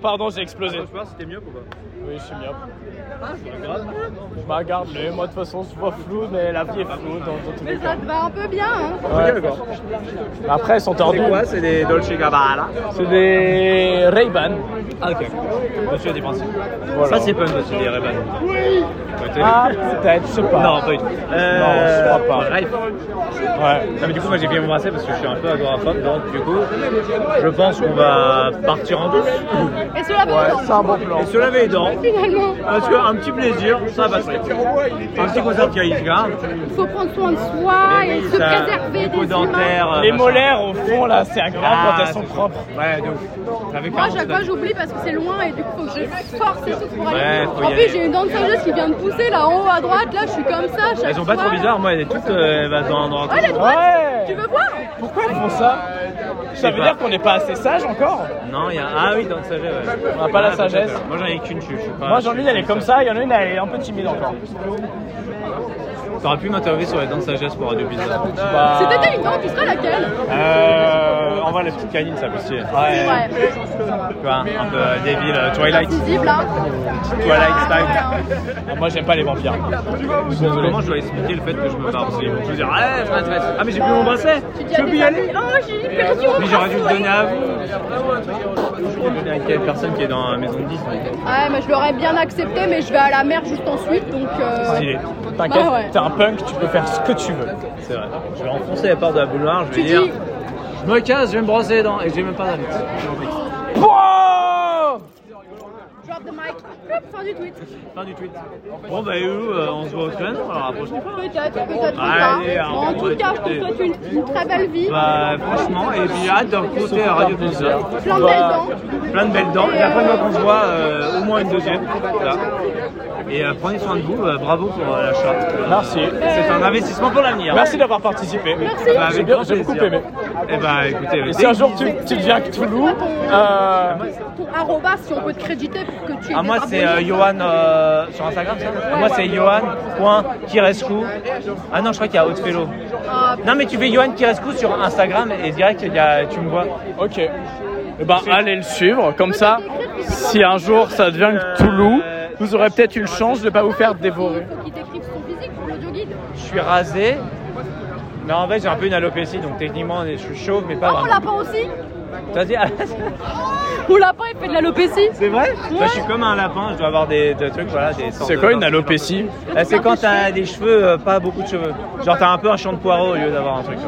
Speaker 1: Pardon, j'ai explosé.
Speaker 8: Je sais pas, c'était mieux ou pas
Speaker 1: Oui, je suis myope. Je me regarde, mais moi, de toute façon, je vois flou, mais la vie est floue dans, dans tous les
Speaker 2: Mais
Speaker 1: cas.
Speaker 2: ça te va un peu bien, hein.
Speaker 1: Ouais. Après, elles sont tordues.
Speaker 8: C'est quoi C'est des Dolce Gabbana
Speaker 1: C'est des Ray-Ban.
Speaker 8: Ah, ok. Monsieur a des principes.
Speaker 1: Voilà.
Speaker 8: Ça, c'est punk aussi, les Ray-Ban. Oui Bah,
Speaker 1: Ah, peut-être, je sais pas. Euh,
Speaker 8: Non, pas du tout.
Speaker 1: Non, je crois pas.
Speaker 8: Bref.
Speaker 1: Ouais.
Speaker 8: Non, mais du coup, moi j'ai bien bracelet parce que je suis un peu agoraphobe, donc du coup, je pense qu'on va partir en douce
Speaker 2: Et cela va ensemble,
Speaker 8: et se laver les dents.
Speaker 2: Finalement,
Speaker 8: Parce qu'un petit plaisir, ça va se faire. Un petit concert hein. de Kalisga.
Speaker 2: il faut prendre soin de soi et se préserver des humains.
Speaker 8: dentaire. euh,
Speaker 1: Les molaires, au fond, là, c'est agréable quand elles
Speaker 8: Ah,
Speaker 1: sont propres.
Speaker 8: Ouais, de ouf. Avec
Speaker 2: Moi,
Speaker 8: un
Speaker 2: à chaque fois, j'oublie parce que c'est loin et du coup, faut que je force et tout pour aller.
Speaker 8: Ouais, faut y
Speaker 2: en
Speaker 8: aller.
Speaker 2: plus, j'ai une dent de sagesse qui vient de pousser là en haut à droite. Là, je suis comme ça. à chaque
Speaker 8: Elles sont pas
Speaker 2: fois.
Speaker 8: trop bizarres, moi, elle est toute euh, bah, dans un endroit.
Speaker 2: Ouais, la droite.
Speaker 1: Ouais
Speaker 2: Tu veux voir
Speaker 1: Pourquoi ils font ça Ça veut
Speaker 8: pas.
Speaker 1: dire qu'on n'est pas assez sage encore
Speaker 8: Non, il y a. Ah oui, dans le sagesse. ouais.
Speaker 1: On a pas la
Speaker 8: Ah, peut-être,
Speaker 1: sagesse.
Speaker 8: ouais. Moi, j'en ai qu'une, je je suis pas.
Speaker 1: Moi j'en ai une, elle est comme ça, il y en a une, elle est un peu timide encore.
Speaker 8: T'aurais pu m'interviewer sur les dents de sagesse pour Radio Bizarre.
Speaker 1: Bah,
Speaker 2: Si t'étais une dent, tu serais laquelle
Speaker 8: Euh. On voit la petite canine, ça peut se tirer.
Speaker 1: ouais.
Speaker 2: Ouais. hein.
Speaker 8: Tu vois, un peu euh, débile, euh, Twilight.
Speaker 2: Incisive là.
Speaker 8: Twilight style.
Speaker 2: hein.
Speaker 1: Ah, Moi j'aime pas les vampires. Je suis désolé.
Speaker 8: Comment je dois expliquer le fait que je me barre Parce qu'ils vont tous dire Ah, je m'intéresse. Ah, mais j'ai plus mon bracelet
Speaker 2: Tu dis à tes amis, oh j'ai perdu mon
Speaker 8: Mais j'aurais dû le
Speaker 2: bracelet.
Speaker 8: donner à vous. Je peux le donner à quelle personne qui est dans la maison de 10
Speaker 2: Ouais, mais je l'aurais bien accepté, mais je vais à la mer juste ensuite, donc. euh,
Speaker 8: Stylé.
Speaker 1: T'inquiète,
Speaker 2: Bah ouais.
Speaker 1: t'es un punk, tu peux faire ce que tu veux.
Speaker 8: C'est vrai. Je vais enfoncer la porte de la boulevard, je vais
Speaker 2: Tu
Speaker 8: dire.
Speaker 2: dis,
Speaker 8: Je me casse, je vais me brosser les dents et j'ai même pas d'avis.
Speaker 2: drop the mic, hop, fin du tweet.
Speaker 8: Fin du tweet. Bon bah et où euh, on se voit au train, alors approche-toi.
Speaker 2: Peut-être, peut-être pas.
Speaker 8: Allez, alors,
Speaker 2: en tout cas, je te souhaite une, une très belle vie,
Speaker 8: Bah franchement, et puis hâte de recruter à Radio Pizza.
Speaker 2: plein de belles
Speaker 8: bah.
Speaker 2: dents.
Speaker 8: Plein de belles dents. Et la prochaine fois qu'on se voit, euh, au moins une deuxième. Là. Et euh, prenez soin de vous, euh, bravo pour euh, l'achat.
Speaker 1: Merci.
Speaker 8: C'est un investissement pour l'avenir.
Speaker 1: Merci d'avoir participé. Merci.
Speaker 8: Bah,
Speaker 1: J'ai
Speaker 8: avec
Speaker 1: bien-
Speaker 8: grand
Speaker 1: j'ai beaucoup
Speaker 8: plaisir.
Speaker 1: aimé.
Speaker 8: Eh bah écoutez,
Speaker 1: Et
Speaker 8: euh,
Speaker 1: si un jour tu, tu deviens Cthulhu, euh,
Speaker 2: Ton arroba, si on peut te créditer pour que tu aies
Speaker 8: Ah, moi,
Speaker 2: des
Speaker 8: c'est euh,
Speaker 2: abonnés.
Speaker 8: Johan euh, sur Instagram, ça Ah, Moi, c'est Johan.kirescu. Ah non, je crois qu'il y a Outfellow.
Speaker 2: Ah,
Speaker 8: Non, mais tu fais Johan Kirescu sur Instagram et direct, il y a- tu me vois.
Speaker 1: ok. Eh ben allez le suivre, comme ça, si un jour ça devient Cthulhu, vous aurez peut-être une chance de ne pas vous faire dévorer.
Speaker 2: Il faut qu'il décrive son physique pour l'audio guide.
Speaker 8: Je suis rasé. Mais en fait, j'ai un peu une alopécie, donc techniquement, je suis chauve, mais pas
Speaker 2: Ah, on
Speaker 8: vraiment.
Speaker 2: l'a pas aussi
Speaker 8: T'as dit
Speaker 2: On l'a pas, il fait de l'alopécie.
Speaker 8: C'est vrai Moi, je suis comme un lapin, je dois avoir des, des trucs, voilà, des sortes
Speaker 1: C'est
Speaker 8: de-
Speaker 1: quoi une alopécie
Speaker 8: Euh, C'est quand t'as des cheveux, euh, pas beaucoup de cheveux. Genre, t'as un peu un champ de poireaux au lieu d'avoir un truc.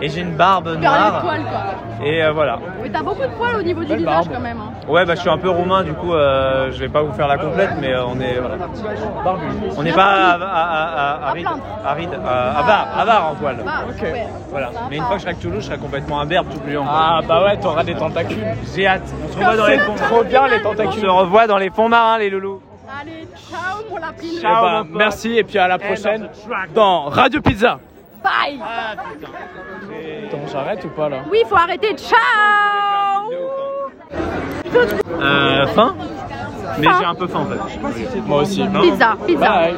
Speaker 4: et j'ai une barbe
Speaker 2: Perles de
Speaker 4: noire.
Speaker 2: poils quoi.
Speaker 4: Et euh, voilà.
Speaker 2: Mais t'as beaucoup de poils au niveau du
Speaker 4: Belle
Speaker 2: visage
Speaker 4: barbe.
Speaker 2: quand même. hein.
Speaker 4: Ouais, bah je suis un peu roumain, du coup, euh, je vais pas vous faire la complète, mais euh, on est. voilà. On n'est pas à, à, à, à,
Speaker 2: À
Speaker 4: aride,
Speaker 2: plaindre.
Speaker 4: aride, à- avare, avare en poil.
Speaker 2: Ah, ouais.
Speaker 4: Voilà. Mais une fois que je serai à Toulouse, je serai complètement imberbe, tout blanc.
Speaker 1: Ah bah ouais, t'auras des tentacules.
Speaker 4: J'ai hâte. On se revoit dans les fonds.
Speaker 1: Trop bien les
Speaker 4: On se
Speaker 1: tentacules.
Speaker 4: revoit dans les fonds marins, les loulous.
Speaker 2: Allez, ciao mon lapin.
Speaker 1: Eh ben, merci et puis à la prochaine dans Radio Pizza.
Speaker 2: Bye.
Speaker 1: Attends, j'arrête ou pas là
Speaker 2: Oui, faut arrêter. Ciao.
Speaker 4: Euh, faim Mais j'ai un peu faim en fait.
Speaker 1: Moi aussi.
Speaker 2: Pizza, pizza.
Speaker 1: Bye.